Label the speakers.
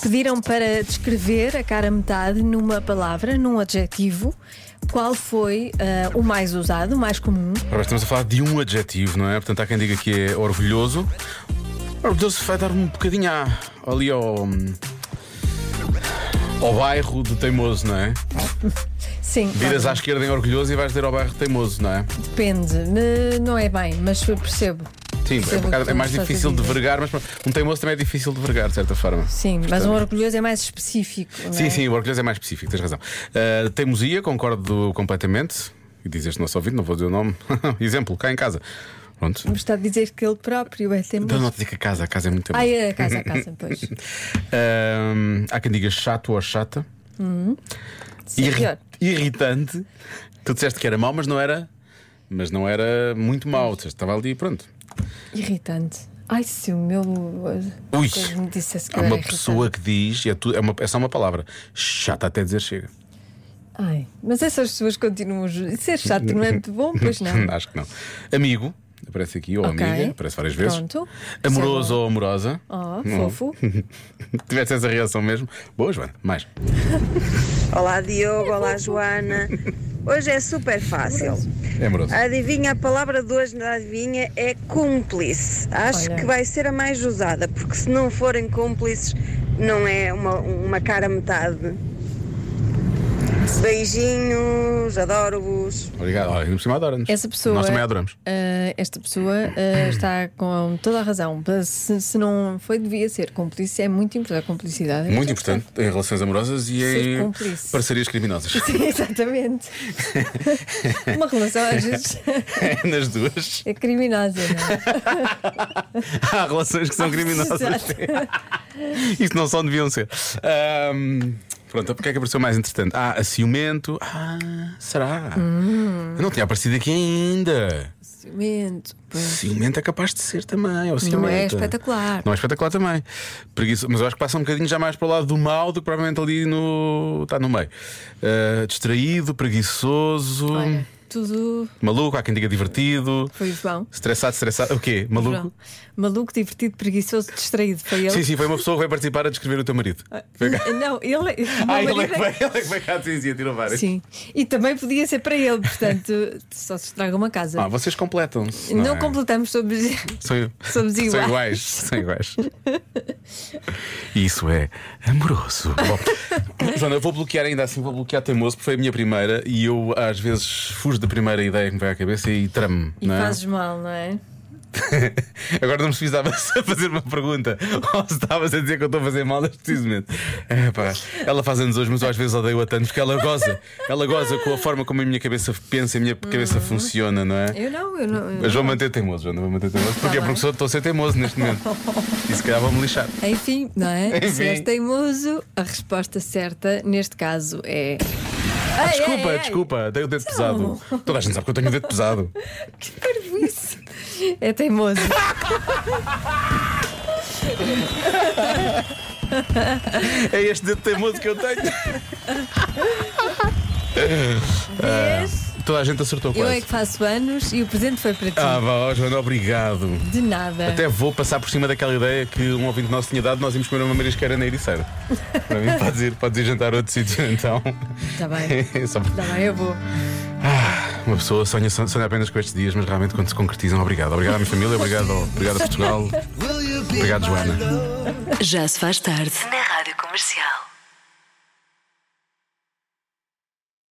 Speaker 1: Pediram para descrever a cara metade numa palavra, num adjetivo. Qual foi ah, o mais usado, o mais comum?
Speaker 2: Ora, bem, estamos a falar de um adjetivo, não é? Portanto, há quem diga que é orgulhoso. Orgulhoso vai dar um bocadinho à- ali ao. hum, ao bairro do teimoso, não é?
Speaker 1: Sim,
Speaker 2: Viras à
Speaker 1: olha,
Speaker 2: esquerda em orgulhoso e vais ter ao bairro teimoso, não é?
Speaker 1: depende. Ne- Não é bem, mas percebo.
Speaker 2: Sim, é, um
Speaker 1: Percebo o
Speaker 2: bocado-
Speaker 1: que
Speaker 2: é
Speaker 1: tu
Speaker 2: mais
Speaker 1: estás a
Speaker 2: difícil de
Speaker 1: dizer.
Speaker 2: vergar, mas pronto, um teimoso também é difícil de vergar, de certa forma.
Speaker 1: Sim, mas um orgulhoso é mais específico. não
Speaker 2: Sim,
Speaker 1: é?
Speaker 2: sim, o orgulhoso é mais específico, tens razão. Uh, teimosia, concordo completamente. E diz este nosso ouvido, não vou dizer o nome. Exemplo, cá em casa. Pronto.
Speaker 1: Mas está a dizer que ele próprio é
Speaker 2: Então não
Speaker 1: teimoso.
Speaker 2: te digo que a casa, a casa é muito teimosa.
Speaker 1: Ah, é a casa, a casa, pois.
Speaker 2: Ahm, há quem diga chato ou chata.
Speaker 1: Sim,
Speaker 2: Irri-
Speaker 1: pior.
Speaker 2: irritante. Tu disseste que era mau, mas não era. Mas não era muito mau. Disseste, Estava ali e pronto.
Speaker 1: Irritante. Ai, se o meu.
Speaker 2: Ui!
Speaker 1: coisa me dissesse que
Speaker 2: Há
Speaker 1: eu
Speaker 2: uma
Speaker 1: era
Speaker 2: pessoa que diz, e é, tu- é uma- é só uma palavra, chata até dizer chega.
Speaker 1: irritante. Ai, mas essas pessoas continuam. ju- Ser chato não é muito bom, pois não.
Speaker 2: Acho que não. Amigo, aparece aqui, ou
Speaker 1: Ok.
Speaker 2: amiga, aparece várias vezes.
Speaker 1: Pronto.
Speaker 2: Amoroso
Speaker 1: Isso é
Speaker 2: ou amorosa.
Speaker 1: Oh,
Speaker 2: Não.
Speaker 1: fofo.
Speaker 2: Tiveste essa reação mesmo. Boa, Joana, mais.
Speaker 3: Olá Diogo, olá Joana. Hoje é super fácil.
Speaker 2: É amoroso.
Speaker 1: Ah.
Speaker 3: Adivinha, a palavra de hoje na adivinha é cúmplice. Acho
Speaker 1: Olha.
Speaker 3: que vai ser a mais usada, porque se não forem cúmplices, não é uma, uma cara metade. Beijinhos, adoro-vos.
Speaker 2: Obrigado. Olha, ainda por cima adora-nos.
Speaker 1: Essa pessoa.
Speaker 2: Nós também adoramos.
Speaker 1: ah, esta pessoa ah, está com toda a razão. Se, se não foi, devia ser cúmplice. É muito importante a cumplicidade. é
Speaker 2: Muito importante em relações amorosas e
Speaker 1: Ser
Speaker 2: em
Speaker 1: cúmplice.
Speaker 2: parcerias criminosas.
Speaker 1: Sim, Exatamente. Uma relação às vezes
Speaker 2: Nas duas.
Speaker 1: é criminosa, não é?
Speaker 2: Há relações que são criminosas.
Speaker 1: Ah, Exato.
Speaker 2: Isso não só deviam ser. Ahm, pronto, porque é que apareceu mais interessante? Ah, a ciumento. Ah, será?
Speaker 1: Hum.
Speaker 2: Eu não tinha aparecido aqui ainda.
Speaker 1: Ciumento, pois.
Speaker 2: Ciumento é capaz de ser também.
Speaker 1: Não
Speaker 2: Ou
Speaker 1: é
Speaker 2: ciumenta.
Speaker 1: espetacular.
Speaker 2: Não é espetacular também. Preguiça- mas eu acho que passa um bocadinho já mais para o lado do mal do que provavelmente ali no. está no meio. Ah, distraído, preguiçoso,
Speaker 1: Olha, tudo
Speaker 2: maluco, há quem diga divertido.
Speaker 1: foi o João.
Speaker 2: Estressado, estressado. O quê? Maluco?
Speaker 1: João. Maluco, divertido, preguiçoso, distraído. Foi ele.
Speaker 2: Sim, sim, foi uma pessoa que veio participar a descrever o teu marido.
Speaker 1: Não, ele. o meu
Speaker 2: Ah, ele é
Speaker 1: marido
Speaker 2: que veio, ele é que veio cá dizer, sim, tirou várias.
Speaker 1: Sim. E também podia ser para ele, portanto, só se estraga uma casa.
Speaker 2: Ah, vocês completam-se.
Speaker 1: não
Speaker 2: é?
Speaker 1: completamos sobre.
Speaker 2: São,
Speaker 1: Somos
Speaker 2: são
Speaker 1: iguais.
Speaker 2: iguais. São iguais. Isso é amoroso. Bom, Joana, eu vou bloquear ainda assim, vou bloquear teimoso, porque foi a minha primeira e eu às vezes fujo da primeira ideia que me vem à cabeça e tramo.
Speaker 1: E
Speaker 2: não é?
Speaker 1: fazes mal, não é?
Speaker 2: Agora não me estavas a fazer uma pergunta ou se estavas a dizer que eu estou a fazer mal neste precisamente. Epá, ela faz anos hoje, mas eu às vezes odeio-a tanto porque ela goza. Ela goza com a forma como a minha cabeça pensa e a minha cabeça funciona, não é?
Speaker 1: Uhum. Eu não, eu não. eu
Speaker 2: Mas vou
Speaker 1: não.
Speaker 2: manter teimoso, Joana, vou manter teimoso. Porque
Speaker 1: bem.
Speaker 2: é porque sou- estou a ser teimoso neste momento. E se calhar vou-me lixar.
Speaker 1: Enfim, não é?
Speaker 2: Enfim.
Speaker 1: Se és teimoso, a resposta certa neste caso é. Ai,
Speaker 2: Desculpa,
Speaker 1: ai, ai,
Speaker 2: desculpa, tenho o dedo pesado. Toda a gente sabe que eu tenho o dedo pesado.
Speaker 1: Que carvice! É teimoso.
Speaker 2: É este dedo teimoso que eu tenho.
Speaker 1: Vês?
Speaker 2: Ah, Toda a gente acertou
Speaker 1: Eu é
Speaker 2: quase.
Speaker 1: que faço anos e o presente foi para ti.
Speaker 2: Ah, vá, ó, Joana, obrigado.
Speaker 1: De nada.
Speaker 2: Até vou passar por cima daquela ideia que um ouvinte nosso tinha dado, nós íamos comer uma marisqueira na Ericeira. Para mim, podes ir, podes ir jantar a outro sítio, então.
Speaker 1: Tá bem.
Speaker 2: Só-
Speaker 1: Tá bem, eu vou.
Speaker 2: Uma pessoa sonha, sonha apenas com estes dias, mas realmente quando se concretizam, obrigado. Obrigado à minha família, obrigado, ao- obrigado a Portugal. Obrigado, Joana.
Speaker 4: Já se faz tarde na Rádio Comercial.